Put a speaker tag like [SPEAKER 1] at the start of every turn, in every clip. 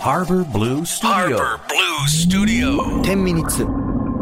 [SPEAKER 1] Harbor Blue Studio
[SPEAKER 2] 10ミニッツ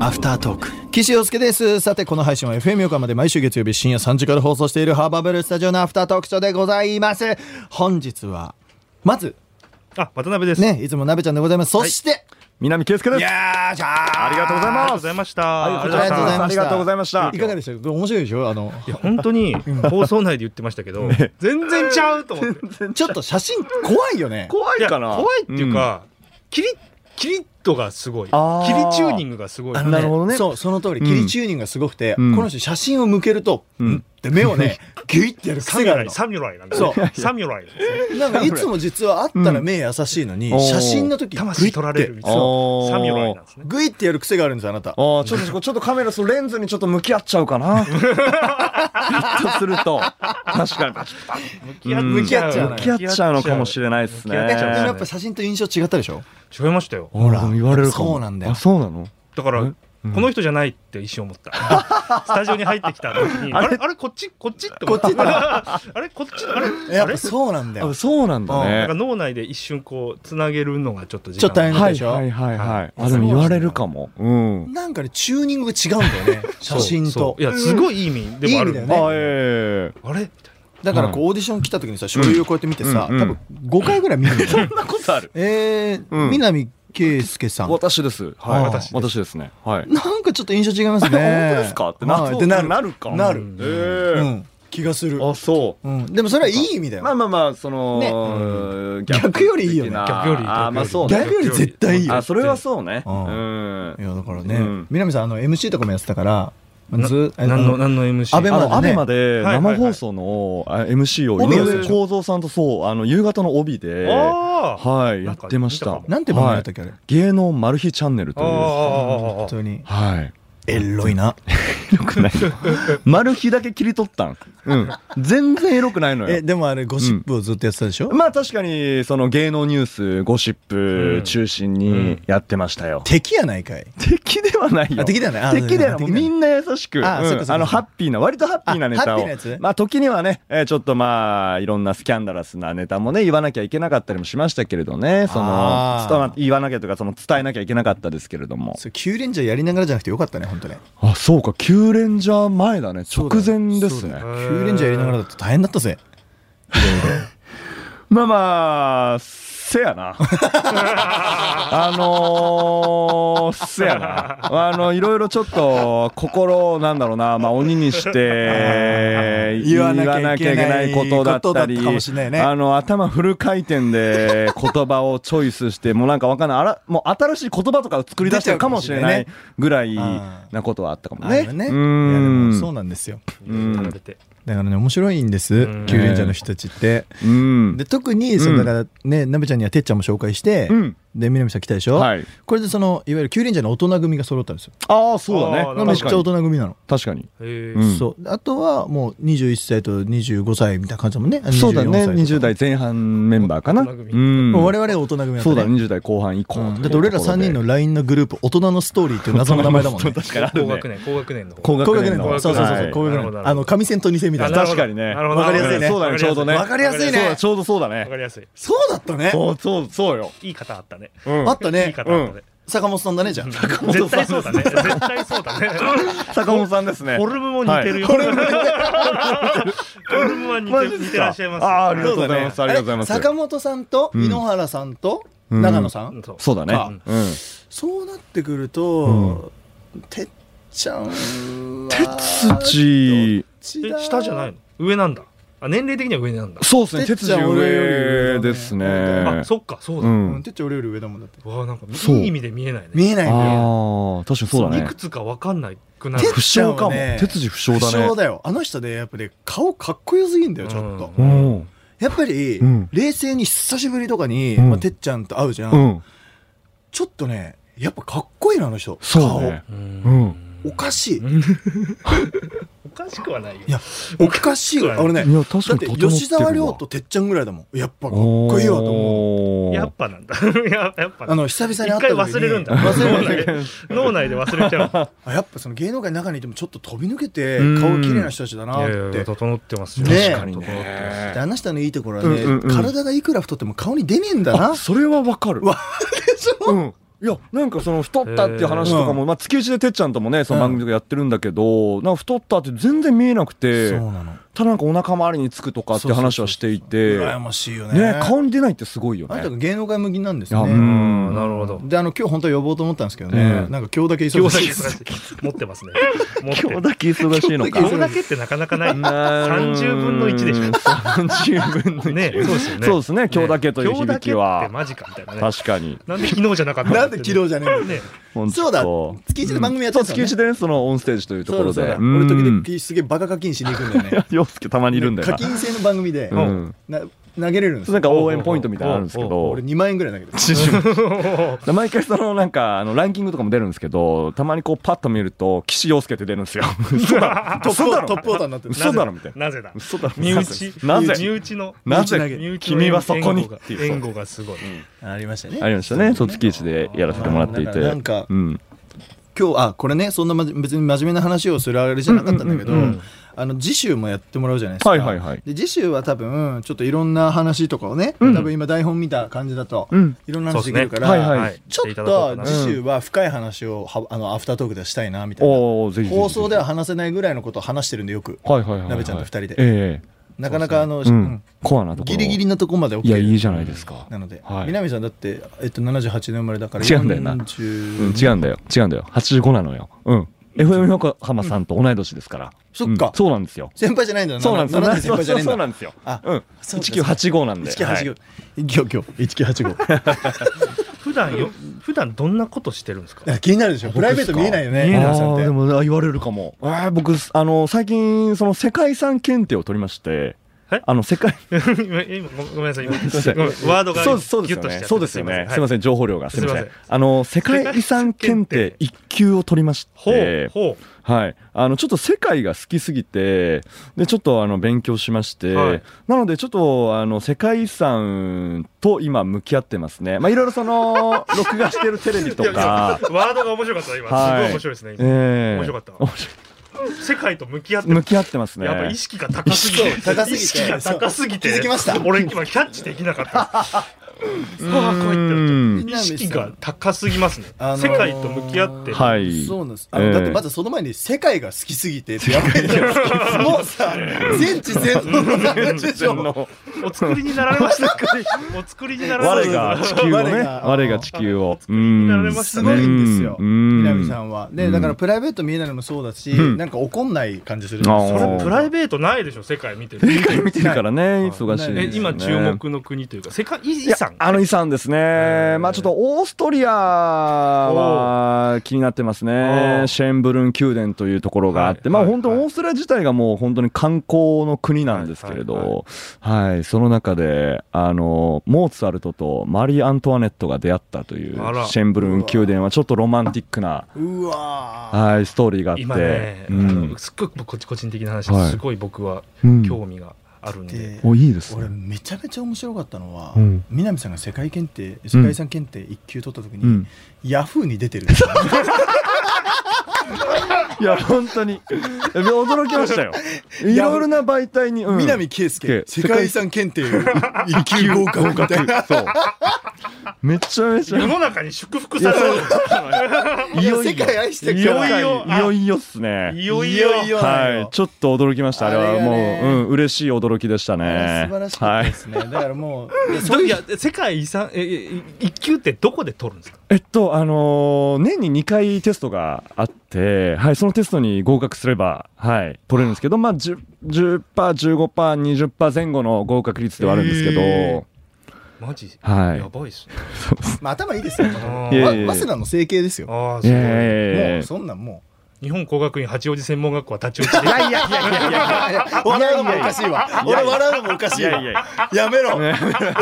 [SPEAKER 2] アフタートーク岸洋介ですさてこの配信は FM 横浜で毎週月曜日深夜3時から放送しているハーバーブルースタジオのアフタートークショーでございます本日はまず
[SPEAKER 3] あ、渡辺です。
[SPEAKER 2] ねいつもなべちゃんでございますそして、
[SPEAKER 4] 南圭介です。
[SPEAKER 2] やーじゃ
[SPEAKER 4] ありがとうござい
[SPEAKER 3] ありが
[SPEAKER 4] ま
[SPEAKER 3] とうご
[SPEAKER 4] す。
[SPEAKER 3] ざいました。
[SPEAKER 2] りがとうございま
[SPEAKER 4] あ
[SPEAKER 2] した
[SPEAKER 4] りがとうございました。
[SPEAKER 2] いかがでしたか面白いでしょあの
[SPEAKER 3] いや本当に放送内で言ってましたけど、全然ちゃうと思って。
[SPEAKER 2] ちょっと写真怖いよね
[SPEAKER 4] 怖い
[SPEAKER 3] や
[SPEAKER 4] かな。
[SPEAKER 3] 怖いっていうか、キリッキリッとがすごい。キリ
[SPEAKER 4] あー
[SPEAKER 3] チューニングがすごい。
[SPEAKER 4] なるほどね
[SPEAKER 2] そうその通り切りチューニングがすごくて、
[SPEAKER 4] うん
[SPEAKER 2] この人写真を向けると、
[SPEAKER 4] うん
[SPEAKER 2] うんって目をねギュイってやる
[SPEAKER 3] サ
[SPEAKER 2] 癖
[SPEAKER 3] ミ
[SPEAKER 2] があ
[SPEAKER 3] ュラ
[SPEAKER 2] る
[SPEAKER 3] イ、
[SPEAKER 2] の
[SPEAKER 3] サミュライなんだ
[SPEAKER 2] そ
[SPEAKER 3] よ
[SPEAKER 2] う
[SPEAKER 3] ね。サミュライなんですね。
[SPEAKER 2] なんかいつも実はあったら目優しいのに、
[SPEAKER 4] うん
[SPEAKER 2] 写真の時
[SPEAKER 3] 魂取られるみたいな。
[SPEAKER 4] そう
[SPEAKER 3] サミュライなんですね。
[SPEAKER 2] グイってやる癖があるんですあなた
[SPEAKER 4] あーちょっとそこちょっとカメラそのレンズにちょっと向き合っちゃうかな。とすると確かに
[SPEAKER 2] 向き合っちゃう
[SPEAKER 4] 向き合っちゃうのかもしれないですね。
[SPEAKER 3] 向き
[SPEAKER 2] で
[SPEAKER 3] 合っちゃう
[SPEAKER 2] も
[SPEAKER 3] ね
[SPEAKER 2] やっぱ写真と印象違ったでしょ
[SPEAKER 3] 違いましたよ。
[SPEAKER 4] ほら言われるかも。
[SPEAKER 2] そうなんだよ
[SPEAKER 4] あそうなの。
[SPEAKER 3] だから、
[SPEAKER 4] えうん
[SPEAKER 3] この人じゃないって一瞬 思った。スタジオに入ってきた時に、あれ、あれ、こっち、こっちって思った。
[SPEAKER 2] こっち
[SPEAKER 3] あれ、こっち、あれ、
[SPEAKER 2] や
[SPEAKER 3] あ
[SPEAKER 2] っ
[SPEAKER 3] れ
[SPEAKER 2] ぱ。そうなんだよ
[SPEAKER 4] あそうなんだ
[SPEAKER 3] なん
[SPEAKER 4] ね
[SPEAKER 3] か。脳内で一瞬こう、つなげるのがちょっと時間。
[SPEAKER 2] ちょっと大変
[SPEAKER 4] は
[SPEAKER 2] で
[SPEAKER 4] い
[SPEAKER 2] しょ、
[SPEAKER 4] はいはいはい。あで
[SPEAKER 2] そうなんだ
[SPEAKER 4] も
[SPEAKER 2] よ
[SPEAKER 4] 言われるかも。うん。
[SPEAKER 2] なんかねチューニングが違うんだよね写真
[SPEAKER 3] そ
[SPEAKER 2] と
[SPEAKER 3] ういや、すごいいい意味でもある
[SPEAKER 2] いい意味
[SPEAKER 4] あ
[SPEAKER 2] だよね
[SPEAKER 4] ええ。
[SPEAKER 3] あれみたい
[SPEAKER 2] だからこうオーディション来た時にさ書類をこうやって見てさ、
[SPEAKER 4] うんうん
[SPEAKER 2] 多分5回ぐらい見るん だよ、
[SPEAKER 4] そんなことある。
[SPEAKER 2] えー
[SPEAKER 4] うん
[SPEAKER 2] 南圭介さん
[SPEAKER 4] 私です。はい。
[SPEAKER 2] あー
[SPEAKER 4] 私私ですね。はい。
[SPEAKER 2] なんかちょっと印象違いますね
[SPEAKER 4] 本当ですかってな
[SPEAKER 2] はいってなる
[SPEAKER 4] なるか
[SPEAKER 2] なる、
[SPEAKER 3] うん
[SPEAKER 4] え
[SPEAKER 2] う
[SPEAKER 4] え。
[SPEAKER 2] ん、気がする、
[SPEAKER 4] あそう。
[SPEAKER 2] うん、でもそれはいい意味だよ、
[SPEAKER 4] まあまあまあその、
[SPEAKER 2] ね
[SPEAKER 4] うん
[SPEAKER 2] 逆よりいいよね
[SPEAKER 4] 的な
[SPEAKER 3] 逆よりいい
[SPEAKER 4] あーまあそう
[SPEAKER 3] 逆
[SPEAKER 4] ね
[SPEAKER 2] 逆より絶対いいよ
[SPEAKER 4] あそれはそうね
[SPEAKER 2] う
[SPEAKER 4] うんん
[SPEAKER 2] いやだからね、
[SPEAKER 4] うん
[SPEAKER 2] 南さんあの MC とかもやってたから
[SPEAKER 3] な
[SPEAKER 2] ずあ
[SPEAKER 3] な。何の、何の MC?
[SPEAKER 2] 安倍
[SPEAKER 4] あの
[SPEAKER 2] ま
[SPEAKER 4] ア
[SPEAKER 2] でね
[SPEAKER 4] ベマで
[SPEAKER 3] はいはいは
[SPEAKER 4] 生
[SPEAKER 3] い
[SPEAKER 4] 放送のあ MC を
[SPEAKER 2] 帯
[SPEAKER 4] 井
[SPEAKER 2] をやる
[SPEAKER 4] 上公造さんとそうあの夕方の帯で
[SPEAKER 3] あー
[SPEAKER 4] はい
[SPEAKER 3] な
[SPEAKER 4] や
[SPEAKER 3] ん
[SPEAKER 4] っ
[SPEAKER 3] か
[SPEAKER 4] てまし
[SPEAKER 3] 見た
[SPEAKER 4] た
[SPEAKER 3] かも
[SPEAKER 2] なんて番組だったっけあれ、
[SPEAKER 4] はい芸能マル秘チャンネルという
[SPEAKER 3] あ
[SPEAKER 2] 本当に
[SPEAKER 4] はい
[SPEAKER 2] エロいな
[SPEAKER 4] よくないマル秘だけ切り取ったんうん全然エロくないの
[SPEAKER 2] え
[SPEAKER 4] よ
[SPEAKER 2] でもあれゴシップをずっとやってたでしょ、
[SPEAKER 4] まあ確かにその芸能ニュースゴシップ中心にやってましたよ
[SPEAKER 2] 敵やないかい
[SPEAKER 4] 敵ではない
[SPEAKER 2] あ
[SPEAKER 4] よ
[SPEAKER 2] 敵ではないあ
[SPEAKER 4] 敵ではないも
[SPEAKER 2] 敵ではないう
[SPEAKER 4] みんな優しくうん
[SPEAKER 2] あそうかそうかそうか
[SPEAKER 4] あのハッピーな割とハッピーなネタ
[SPEAKER 2] あハッピー
[SPEAKER 4] を
[SPEAKER 2] なやつ
[SPEAKER 4] まあ時にはねえーちょっとまあいろんなスキャンダラスなネタもね言わなきゃいけなかったりもしましたけれどねそ
[SPEAKER 2] あ
[SPEAKER 4] の
[SPEAKER 2] ー
[SPEAKER 4] 伝わ言わなきゃというかその伝えなきゃいけなかったですけれども
[SPEAKER 2] それキュウレンジャーやりながらじゃなくてよかったね本当ね
[SPEAKER 4] あそうか9レンジャー前だね直前ですね
[SPEAKER 2] キュウレンジャーやりながらだと大変だったぜ
[SPEAKER 4] まあまあせやなあのー、せやなあのいろいろちょっと心をなんだろうな、まあ、鬼にして
[SPEAKER 2] 言わなきゃいけない
[SPEAKER 4] 言わなきゃいけないことだったり
[SPEAKER 2] ことだったかもしれないね
[SPEAKER 4] あの頭フル回転で言葉をチョイスしてもうなんかわかんないあらもう新しい言葉とかを作り出してるかもしれないぐらいなことはあったかも
[SPEAKER 2] あれ
[SPEAKER 4] ね。
[SPEAKER 2] はね
[SPEAKER 4] う
[SPEAKER 2] いやでも
[SPEAKER 4] ん
[SPEAKER 2] そうなんですよ
[SPEAKER 4] うん
[SPEAKER 3] 食べて。
[SPEAKER 2] だからね面白いんです
[SPEAKER 3] ん
[SPEAKER 2] キュウレンジャーの人たちって
[SPEAKER 4] うん
[SPEAKER 2] で特にそ
[SPEAKER 4] う
[SPEAKER 2] のだ
[SPEAKER 4] ん
[SPEAKER 2] からねなべちゃんにはてっちゃんも紹介して、
[SPEAKER 4] うん
[SPEAKER 2] で南さん来たでしょ、
[SPEAKER 4] はい、
[SPEAKER 2] これでそのいわゆるキュウレンジャーの大人組が揃ったんですよ
[SPEAKER 4] ああそう
[SPEAKER 3] あ
[SPEAKER 4] だ
[SPEAKER 3] ー
[SPEAKER 4] ね
[SPEAKER 2] めっ
[SPEAKER 4] 確
[SPEAKER 2] ち
[SPEAKER 4] か
[SPEAKER 2] ゃ大
[SPEAKER 4] に
[SPEAKER 2] 人組なの
[SPEAKER 4] 確かに、
[SPEAKER 3] へ
[SPEAKER 4] う
[SPEAKER 3] え。
[SPEAKER 4] ん
[SPEAKER 2] そうあとはもう21歳と25歳みたいな感じだもんねあ
[SPEAKER 4] そうだ
[SPEAKER 2] 24
[SPEAKER 4] ね
[SPEAKER 2] 歳とか
[SPEAKER 4] 20代前半メンバーかな、
[SPEAKER 3] 大人組
[SPEAKER 4] うん
[SPEAKER 2] もう我々は大人組なん
[SPEAKER 4] そうだ
[SPEAKER 2] ね
[SPEAKER 4] ね20代後半以降、
[SPEAKER 2] うんだって俺ら3人の LINE のグループ大人のストーリーっていう謎の名前だ もん ね
[SPEAKER 4] 確かにある
[SPEAKER 3] 高
[SPEAKER 4] ね
[SPEAKER 3] 学年、高学年の方。
[SPEAKER 4] 高
[SPEAKER 2] 高
[SPEAKER 4] 学
[SPEAKER 2] 学年
[SPEAKER 4] 年
[SPEAKER 2] の
[SPEAKER 4] の
[SPEAKER 2] そうそうそうそう高
[SPEAKER 4] はい
[SPEAKER 2] 学
[SPEAKER 3] なるほ
[SPEAKER 2] 年
[SPEAKER 3] ど
[SPEAKER 2] のあの上線と2線みたいな
[SPEAKER 3] なる
[SPEAKER 4] 確かにね
[SPEAKER 3] なるほど
[SPEAKER 2] わかりやすいね
[SPEAKER 4] そうだねちょうどね
[SPEAKER 2] わかりやすい
[SPEAKER 4] そう
[SPEAKER 2] ね
[SPEAKER 4] だちょうどそうだ
[SPEAKER 3] わか
[SPEAKER 4] ね
[SPEAKER 3] りやすい。
[SPEAKER 2] そうだったね
[SPEAKER 4] そうそうそうよ、
[SPEAKER 3] いい方あったね。
[SPEAKER 4] うん
[SPEAKER 2] あった
[SPEAKER 3] いい
[SPEAKER 2] ね
[SPEAKER 3] 方あったね。
[SPEAKER 2] 坂本さんだねじゃあ
[SPEAKER 3] 絶対そうだね。絶対そうだね。
[SPEAKER 4] 坂本さんですね
[SPEAKER 3] フォルムも似てるよ。フォルムは似
[SPEAKER 4] マジ
[SPEAKER 3] て
[SPEAKER 4] ですか
[SPEAKER 3] 似てらっしゃいます。
[SPEAKER 4] あーありがとうございますありがとうございます
[SPEAKER 2] あれ坂本さんと井ノ原さんと
[SPEAKER 4] うん
[SPEAKER 2] 長野さん
[SPEAKER 3] そう
[SPEAKER 4] そうだね
[SPEAKER 2] か
[SPEAKER 4] うん
[SPEAKER 2] そうなってくるとてっちゃんは
[SPEAKER 4] 鉄地
[SPEAKER 2] ちだ
[SPEAKER 3] え下じゃないの上なんだ。あ、年齢的には上なんだ。
[SPEAKER 4] そうですね鉄
[SPEAKER 2] 鉄ち
[SPEAKER 4] 地
[SPEAKER 2] ゃん
[SPEAKER 4] 上ですね
[SPEAKER 3] あ、そっか、そうだ。
[SPEAKER 2] うんてっちゃん俺より上だもんだって
[SPEAKER 3] わあなんか
[SPEAKER 4] そう
[SPEAKER 3] いい意味で見えないね。
[SPEAKER 2] 見えないんだよ
[SPEAKER 4] ああ確かにそうだ
[SPEAKER 3] い
[SPEAKER 4] ね
[SPEAKER 3] くつかわかんないくなる
[SPEAKER 2] て。
[SPEAKER 4] 不詳かも鉄地不詳だね
[SPEAKER 2] そうだよあの人ねやっぱり顔かっこよすぎんだよちょっと
[SPEAKER 3] う
[SPEAKER 4] うん
[SPEAKER 2] やっぱり
[SPEAKER 4] うん
[SPEAKER 2] 冷静に久しぶりとかに
[SPEAKER 4] うん
[SPEAKER 2] まあてっちゃんと会うじゃ
[SPEAKER 4] うんん
[SPEAKER 2] ちょっとねやっぱかっこいいなあの人
[SPEAKER 4] そうね
[SPEAKER 3] うん
[SPEAKER 4] うん
[SPEAKER 2] 顔おかしい
[SPEAKER 3] かしくはないよ
[SPEAKER 2] いやおかしいよ俺ね
[SPEAKER 4] いや確か
[SPEAKER 2] だっ
[SPEAKER 4] に
[SPEAKER 2] て
[SPEAKER 4] 整ってるわ
[SPEAKER 2] 吉沢亮とてっちゃんぐらいだもんやっぱかっこいいわと思う
[SPEAKER 3] やっぱなんだ ややっぱ
[SPEAKER 2] あ
[SPEAKER 3] なんだ
[SPEAKER 2] の久々に会
[SPEAKER 3] 一
[SPEAKER 2] った時に
[SPEAKER 3] 回忘れるんだ
[SPEAKER 2] 忘れる
[SPEAKER 3] 脳内で脳内で忘 れちゃう
[SPEAKER 2] あやっぱその芸能界の中にいてもちょっと飛び抜けて
[SPEAKER 4] うん
[SPEAKER 2] 顔綺麗な人たちだなっ
[SPEAKER 3] いやいや
[SPEAKER 2] て
[SPEAKER 3] 整ってますよ、
[SPEAKER 2] ねえ
[SPEAKER 3] 確かにね
[SPEAKER 2] であの人のいいところはね、
[SPEAKER 4] うんうんうん
[SPEAKER 2] 体がいくら太っても顔に出ねえんだな
[SPEAKER 4] あそれはわかる
[SPEAKER 2] わでしょ
[SPEAKER 4] うんいやなんかその太ったっていう話とかも、
[SPEAKER 2] へ
[SPEAKER 4] まあ、月一でてっちゃんともねその番組とかやってるんだけど、なんか太ったって全然見えなくて
[SPEAKER 2] そうなの
[SPEAKER 4] ただなんかお腹周りにつくとかって話はしていて
[SPEAKER 2] 羨ましいよね
[SPEAKER 4] ね顔に出ないってすごいよ
[SPEAKER 2] あ
[SPEAKER 4] ね
[SPEAKER 2] なたが芸能界向きなんです
[SPEAKER 4] いやう
[SPEAKER 2] ね
[SPEAKER 4] ん
[SPEAKER 3] なるほど
[SPEAKER 2] であの今日本当は呼ぼうと思ったんですけどね、
[SPEAKER 4] うん
[SPEAKER 2] なんか今日だけ
[SPEAKER 3] 今
[SPEAKER 2] 忙
[SPEAKER 3] 日だ
[SPEAKER 2] し
[SPEAKER 3] け
[SPEAKER 2] いです
[SPEAKER 3] 忙しい持ってますね持って
[SPEAKER 4] 今日だけ忙しいのか
[SPEAKER 3] 今日だけってなかなか ない30分の1でしょ
[SPEAKER 4] 30分の1
[SPEAKER 3] ねそうですよね
[SPEAKER 4] そうですね今日だけという響きは
[SPEAKER 3] 今日だけってマジかみたいなね
[SPEAKER 4] 確かに
[SPEAKER 3] なんで昨日じゃなかった の
[SPEAKER 2] なんで昨日じゃねえの
[SPEAKER 3] ね
[SPEAKER 4] 本当
[SPEAKER 2] そうだ月一で番組やって
[SPEAKER 4] そう
[SPEAKER 2] たのね
[SPEAKER 4] 月一でねそのオンステージというと
[SPEAKER 2] そ
[SPEAKER 4] ころ
[SPEAKER 2] うだそ
[SPEAKER 4] で
[SPEAKER 2] うだ
[SPEAKER 4] うん
[SPEAKER 2] 俺時々すげえバカ課金しに行くんだよね
[SPEAKER 4] 洋介たま にいるんだよ
[SPEAKER 2] 課
[SPEAKER 4] な
[SPEAKER 2] 金制の番組で、
[SPEAKER 4] うん
[SPEAKER 2] な投げれるんです
[SPEAKER 4] な
[SPEAKER 2] よ
[SPEAKER 4] んか応援ポイントみたいなのあるんですけ
[SPEAKER 3] おうお う
[SPEAKER 4] ど
[SPEAKER 2] 俺2万円ぐらい投げてる
[SPEAKER 4] 知事も毎回そのなんかあのランキングとかも出るんですけどたまにこうパッと見ると岸洋介って出るん ですよ嘘だ
[SPEAKER 2] ト
[SPEAKER 4] ろ嘘だ
[SPEAKER 2] ップトップオー
[SPEAKER 4] ろ
[SPEAKER 2] ダーに なってる
[SPEAKER 4] 嘘だろみたいな
[SPEAKER 3] なぜだ
[SPEAKER 4] 嘘だろ
[SPEAKER 3] 身内
[SPEAKER 4] なぜ
[SPEAKER 3] 身内の
[SPEAKER 4] なぜ
[SPEAKER 2] 身内投げ
[SPEAKER 3] 身内の
[SPEAKER 4] 君はそこに
[SPEAKER 3] 援護が
[SPEAKER 4] っていう
[SPEAKER 3] 援護がすごい
[SPEAKER 2] ありましたね
[SPEAKER 4] ありましたねそう月一でやらせてもらっていて
[SPEAKER 2] なんか
[SPEAKER 4] うん
[SPEAKER 2] 今日あこれねそんなまじ別に真面目な話をするあれじゃなかったんだけど、
[SPEAKER 4] うんうんうん
[SPEAKER 2] あの次週もやってもらうじゃないですか、
[SPEAKER 4] はいはいはい
[SPEAKER 2] で次週は多分ちょっといろんな話とかをね、多分今台本見た感じだと、
[SPEAKER 4] うん
[SPEAKER 2] いろんな話できるから、
[SPEAKER 4] そうですねはいはい
[SPEAKER 2] ちょっと次週は深い話をはあのアフタートークでしたいなみたいな
[SPEAKER 4] おおぜひぜひ
[SPEAKER 2] 放送では話せないぐらいのことを話してるんでよく
[SPEAKER 4] はいはいはいはい
[SPEAKER 2] 鍋ちゃんと二人で
[SPEAKER 4] え
[SPEAKER 2] なかなかあの、
[SPEAKER 4] えう
[SPEAKER 2] うん
[SPEAKER 4] んコアなところ
[SPEAKER 2] ギリギリなとこまで OK
[SPEAKER 4] いやいいじゃないですか
[SPEAKER 2] なので、
[SPEAKER 4] はい
[SPEAKER 2] 南さんだって、えっと、78年生まれだから
[SPEAKER 4] 違うんだよな
[SPEAKER 2] 40
[SPEAKER 4] うん違うんだよ違うんだよ85なのようん FM 横浜さんと同い年ですから
[SPEAKER 2] そっか
[SPEAKER 4] うんそうなんですよ
[SPEAKER 2] 先輩じゃないんだよ
[SPEAKER 4] そうなんです
[SPEAKER 2] 70先
[SPEAKER 4] よ。
[SPEAKER 2] 輩じゃ
[SPEAKER 4] そう
[SPEAKER 2] ないん
[SPEAKER 4] そ
[SPEAKER 2] だ
[SPEAKER 4] うなんですよ。
[SPEAKER 2] あ
[SPEAKER 4] うん。
[SPEAKER 2] そうです
[SPEAKER 4] 一九八五なんで。
[SPEAKER 2] 1985、
[SPEAKER 4] はい
[SPEAKER 2] 今日今日1985
[SPEAKER 3] 普段よ普段どんなことしてるんですか
[SPEAKER 2] いや気になるでしょプライベート見えないよね
[SPEAKER 4] 見えない
[SPEAKER 2] 南さん
[SPEAKER 4] あ
[SPEAKER 2] っ
[SPEAKER 4] ー
[SPEAKER 2] て
[SPEAKER 4] でもあ言われるかも。えー僕あの最近その世界遺産検定を取りまして
[SPEAKER 3] え、
[SPEAKER 4] あの世界
[SPEAKER 3] 今ごごめんなさい 今ごめん
[SPEAKER 4] すいません
[SPEAKER 3] ワードが
[SPEAKER 4] そうですそう
[SPEAKER 3] ギ
[SPEAKER 4] で
[SPEAKER 3] ュ
[SPEAKER 4] す
[SPEAKER 3] ッと
[SPEAKER 4] よ
[SPEAKER 3] し
[SPEAKER 4] ね。
[SPEAKER 3] ちゃって
[SPEAKER 4] そうですよね。す
[SPEAKER 3] い
[SPEAKER 4] みま
[SPEAKER 3] ませ
[SPEAKER 4] せ
[SPEAKER 3] ん
[SPEAKER 4] ん情報量がすみますせ
[SPEAKER 3] いま
[SPEAKER 4] ん。あの世
[SPEAKER 3] 界遺産
[SPEAKER 4] 界遺産検定一級を取りまし
[SPEAKER 3] ほう
[SPEAKER 4] て。
[SPEAKER 3] ほう
[SPEAKER 4] はい、あのちょっと世界が好きすぎてでちょっとあの勉強しまして、
[SPEAKER 3] はい
[SPEAKER 4] なのでちょっとあの世界遺産と今向き合ってますねまあいろいろそ の録画してるテレビと
[SPEAKER 3] いや
[SPEAKER 4] か
[SPEAKER 3] いやワードが面白かった今、
[SPEAKER 4] はい
[SPEAKER 3] すごい面白いですね今
[SPEAKER 4] ええ
[SPEAKER 3] 面白かった
[SPEAKER 4] 面白い
[SPEAKER 3] 世界と向き合って
[SPEAKER 4] 向き合ってますね
[SPEAKER 3] やっぱ意識が高すぎて
[SPEAKER 2] そう高すぎて
[SPEAKER 3] 意識が高すぎて
[SPEAKER 2] そう気づきました
[SPEAKER 3] 俺今キャッチできなかったですそうこ
[SPEAKER 4] う
[SPEAKER 3] う言って
[SPEAKER 4] ん
[SPEAKER 3] 意識が高すぎますね、
[SPEAKER 2] あのー
[SPEAKER 3] 世界と向き合って、
[SPEAKER 4] はい
[SPEAKER 2] そうなんですあの、
[SPEAKER 4] ええ
[SPEAKER 2] だってまずその前に世界が好きすぎてってやばいんだよもうさ全知全能の話でしょ
[SPEAKER 3] お作りになられましたか お作りになられ
[SPEAKER 4] 我
[SPEAKER 3] ま
[SPEAKER 4] が
[SPEAKER 3] した
[SPEAKER 4] 地球をね
[SPEAKER 2] 我が
[SPEAKER 4] 我が地球を
[SPEAKER 3] 作りになられました
[SPEAKER 2] す
[SPEAKER 3] ね
[SPEAKER 2] ごいんですよ
[SPEAKER 4] うん
[SPEAKER 2] 南さんはねだからプライベート見えないのもそうだし、
[SPEAKER 4] うん
[SPEAKER 2] なんか怒んない感じするんですよ
[SPEAKER 4] あー
[SPEAKER 3] それプライベートないでしょ世界見てる
[SPEAKER 4] 世界見てるからね忙しい、
[SPEAKER 3] え
[SPEAKER 4] ね、
[SPEAKER 3] 今注目の国というか世界遺
[SPEAKER 4] いや
[SPEAKER 3] 産
[SPEAKER 4] あの遺産ですね、
[SPEAKER 3] ー
[SPEAKER 4] まあちょっとオーストリアは気になってます
[SPEAKER 3] お
[SPEAKER 4] ね
[SPEAKER 3] う
[SPEAKER 4] シェーンブルン宮殿というところがあって、
[SPEAKER 3] はいはい
[SPEAKER 4] まあ本当
[SPEAKER 3] はい
[SPEAKER 4] オーストリア自体がもう本当に観光の国なんですけれど、
[SPEAKER 3] は
[SPEAKER 4] はいい
[SPEAKER 3] は
[SPEAKER 4] その中であのモーツァルトとマリー・アントワネットが出会ったという
[SPEAKER 3] あら
[SPEAKER 4] シェーンブルン宮殿はちょっとロマンティックな、
[SPEAKER 2] うわー
[SPEAKER 4] はい、ストーリーがあって、
[SPEAKER 3] 今ね、
[SPEAKER 4] うん
[SPEAKER 3] あのすっごく個人個人的な話、
[SPEAKER 4] はい
[SPEAKER 3] すごい僕は
[SPEAKER 4] うん
[SPEAKER 3] 興味があるんで、
[SPEAKER 2] で
[SPEAKER 4] おいいです
[SPEAKER 2] 俺
[SPEAKER 4] ね
[SPEAKER 2] めちゃめちゃ面白かったのは、
[SPEAKER 4] うん
[SPEAKER 2] 南さんが世界検定世界遺産検定1級取った時に、
[SPEAKER 4] うん
[SPEAKER 2] ヤフーに出てるんですよ
[SPEAKER 4] いや本当にいや驚きましたよいろいろな媒体に、うん
[SPEAKER 2] 南圭介世界遺産検定1級合格みたいな
[SPEAKER 4] そう。めちゃめちゃ。
[SPEAKER 3] 世の中に祝福される
[SPEAKER 4] いよいよ
[SPEAKER 2] 世界愛して
[SPEAKER 4] い
[SPEAKER 2] る
[SPEAKER 4] よ
[SPEAKER 2] から
[SPEAKER 4] いよ。
[SPEAKER 3] あ
[SPEAKER 4] いよいよっす
[SPEAKER 3] い
[SPEAKER 4] ね。
[SPEAKER 3] よいよ
[SPEAKER 2] いよなの
[SPEAKER 4] はい。ちょっと驚きました。あれ
[SPEAKER 2] あ
[SPEAKER 4] は
[SPEAKER 2] れが
[SPEAKER 4] もう、
[SPEAKER 2] ね
[SPEAKER 4] うん、嬉しい驚きでした
[SPEAKER 2] あれ
[SPEAKER 4] ね。
[SPEAKER 2] 素晴らしか
[SPEAKER 4] は
[SPEAKER 2] ったで
[SPEAKER 4] い。
[SPEAKER 2] すね、だからもういや
[SPEAKER 3] そ
[SPEAKER 2] そうういう
[SPEAKER 3] いや世界遺産ええ一級ってどこで取るんですか
[SPEAKER 4] えっと、あのー年に2回テストがあって、はい、そのテストに合格すれば、はい、取れるんですけど、まあ、10%、15%、20%前後の合格率ではあるんですけど、
[SPEAKER 3] へマジ、
[SPEAKER 4] はい
[SPEAKER 3] やばいっすね
[SPEAKER 2] まあ頭いいですよ、ま
[SPEAKER 3] あ
[SPEAKER 4] い
[SPEAKER 3] ー
[SPEAKER 4] や
[SPEAKER 2] 早稲田の整形ですよ
[SPEAKER 3] あーすごい、
[SPEAKER 4] え
[SPEAKER 2] もうそんなんもう
[SPEAKER 3] 日本工学院八王子専門学校は立ち打ちで。
[SPEAKER 4] いやいやいやいや
[SPEAKER 2] 笑うのもおかしいわ。俺笑うのもおかしいわ。
[SPEAKER 4] いやいや
[SPEAKER 2] やめろ。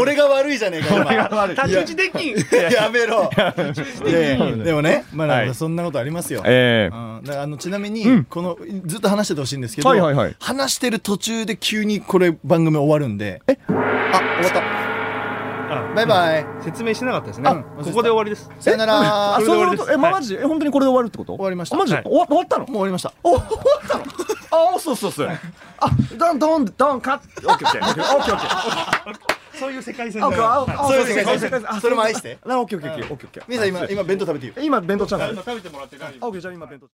[SPEAKER 2] 俺が悪いじゃねえか、今。
[SPEAKER 4] 悪い
[SPEAKER 3] 立ち打ちできん。
[SPEAKER 2] やめろ。いやいやでもね、まあなん
[SPEAKER 4] は
[SPEAKER 2] か
[SPEAKER 4] い
[SPEAKER 2] そんなことありますよ。
[SPEAKER 4] ええ
[SPEAKER 2] うんだからあのちなみに、このずっと話しててほしいんですけど、
[SPEAKER 4] はいはいはい
[SPEAKER 2] 話してる途中で急にこれ番組終わるんでえあ終わった
[SPEAKER 3] あ
[SPEAKER 2] バイバイ、
[SPEAKER 3] 説明してなかったですね。
[SPEAKER 2] あ
[SPEAKER 3] ここで終わりです。
[SPEAKER 2] さよなら
[SPEAKER 4] あ
[SPEAKER 2] 終
[SPEAKER 4] そういうこと
[SPEAKER 3] これで終わりです
[SPEAKER 4] えま
[SPEAKER 3] はい
[SPEAKER 4] マジえ本当にこれで終わるってこと
[SPEAKER 2] わりました
[SPEAKER 4] あマジ
[SPEAKER 3] はい
[SPEAKER 4] 終わ終わったの
[SPEAKER 2] もう終わりました
[SPEAKER 4] お終わったのあそうそうそうあドンドンドンカッオッケーオッケーオッケーオッケーオッケー
[SPEAKER 3] そういう世界線
[SPEAKER 4] あオ
[SPEAKER 3] で
[SPEAKER 4] ッケーああ
[SPEAKER 2] そういう世界
[SPEAKER 4] そういう世
[SPEAKER 2] 線
[SPEAKER 4] 界線
[SPEAKER 2] それも愛して
[SPEAKER 4] なオッケーオッケーオッケーオッケーオッケー
[SPEAKER 2] 皆さん今今弁当食べていいよ
[SPEAKER 4] 今弁当チャンネル
[SPEAKER 3] 食べてもらって大丈夫
[SPEAKER 4] あオッケーじゃあ今弁当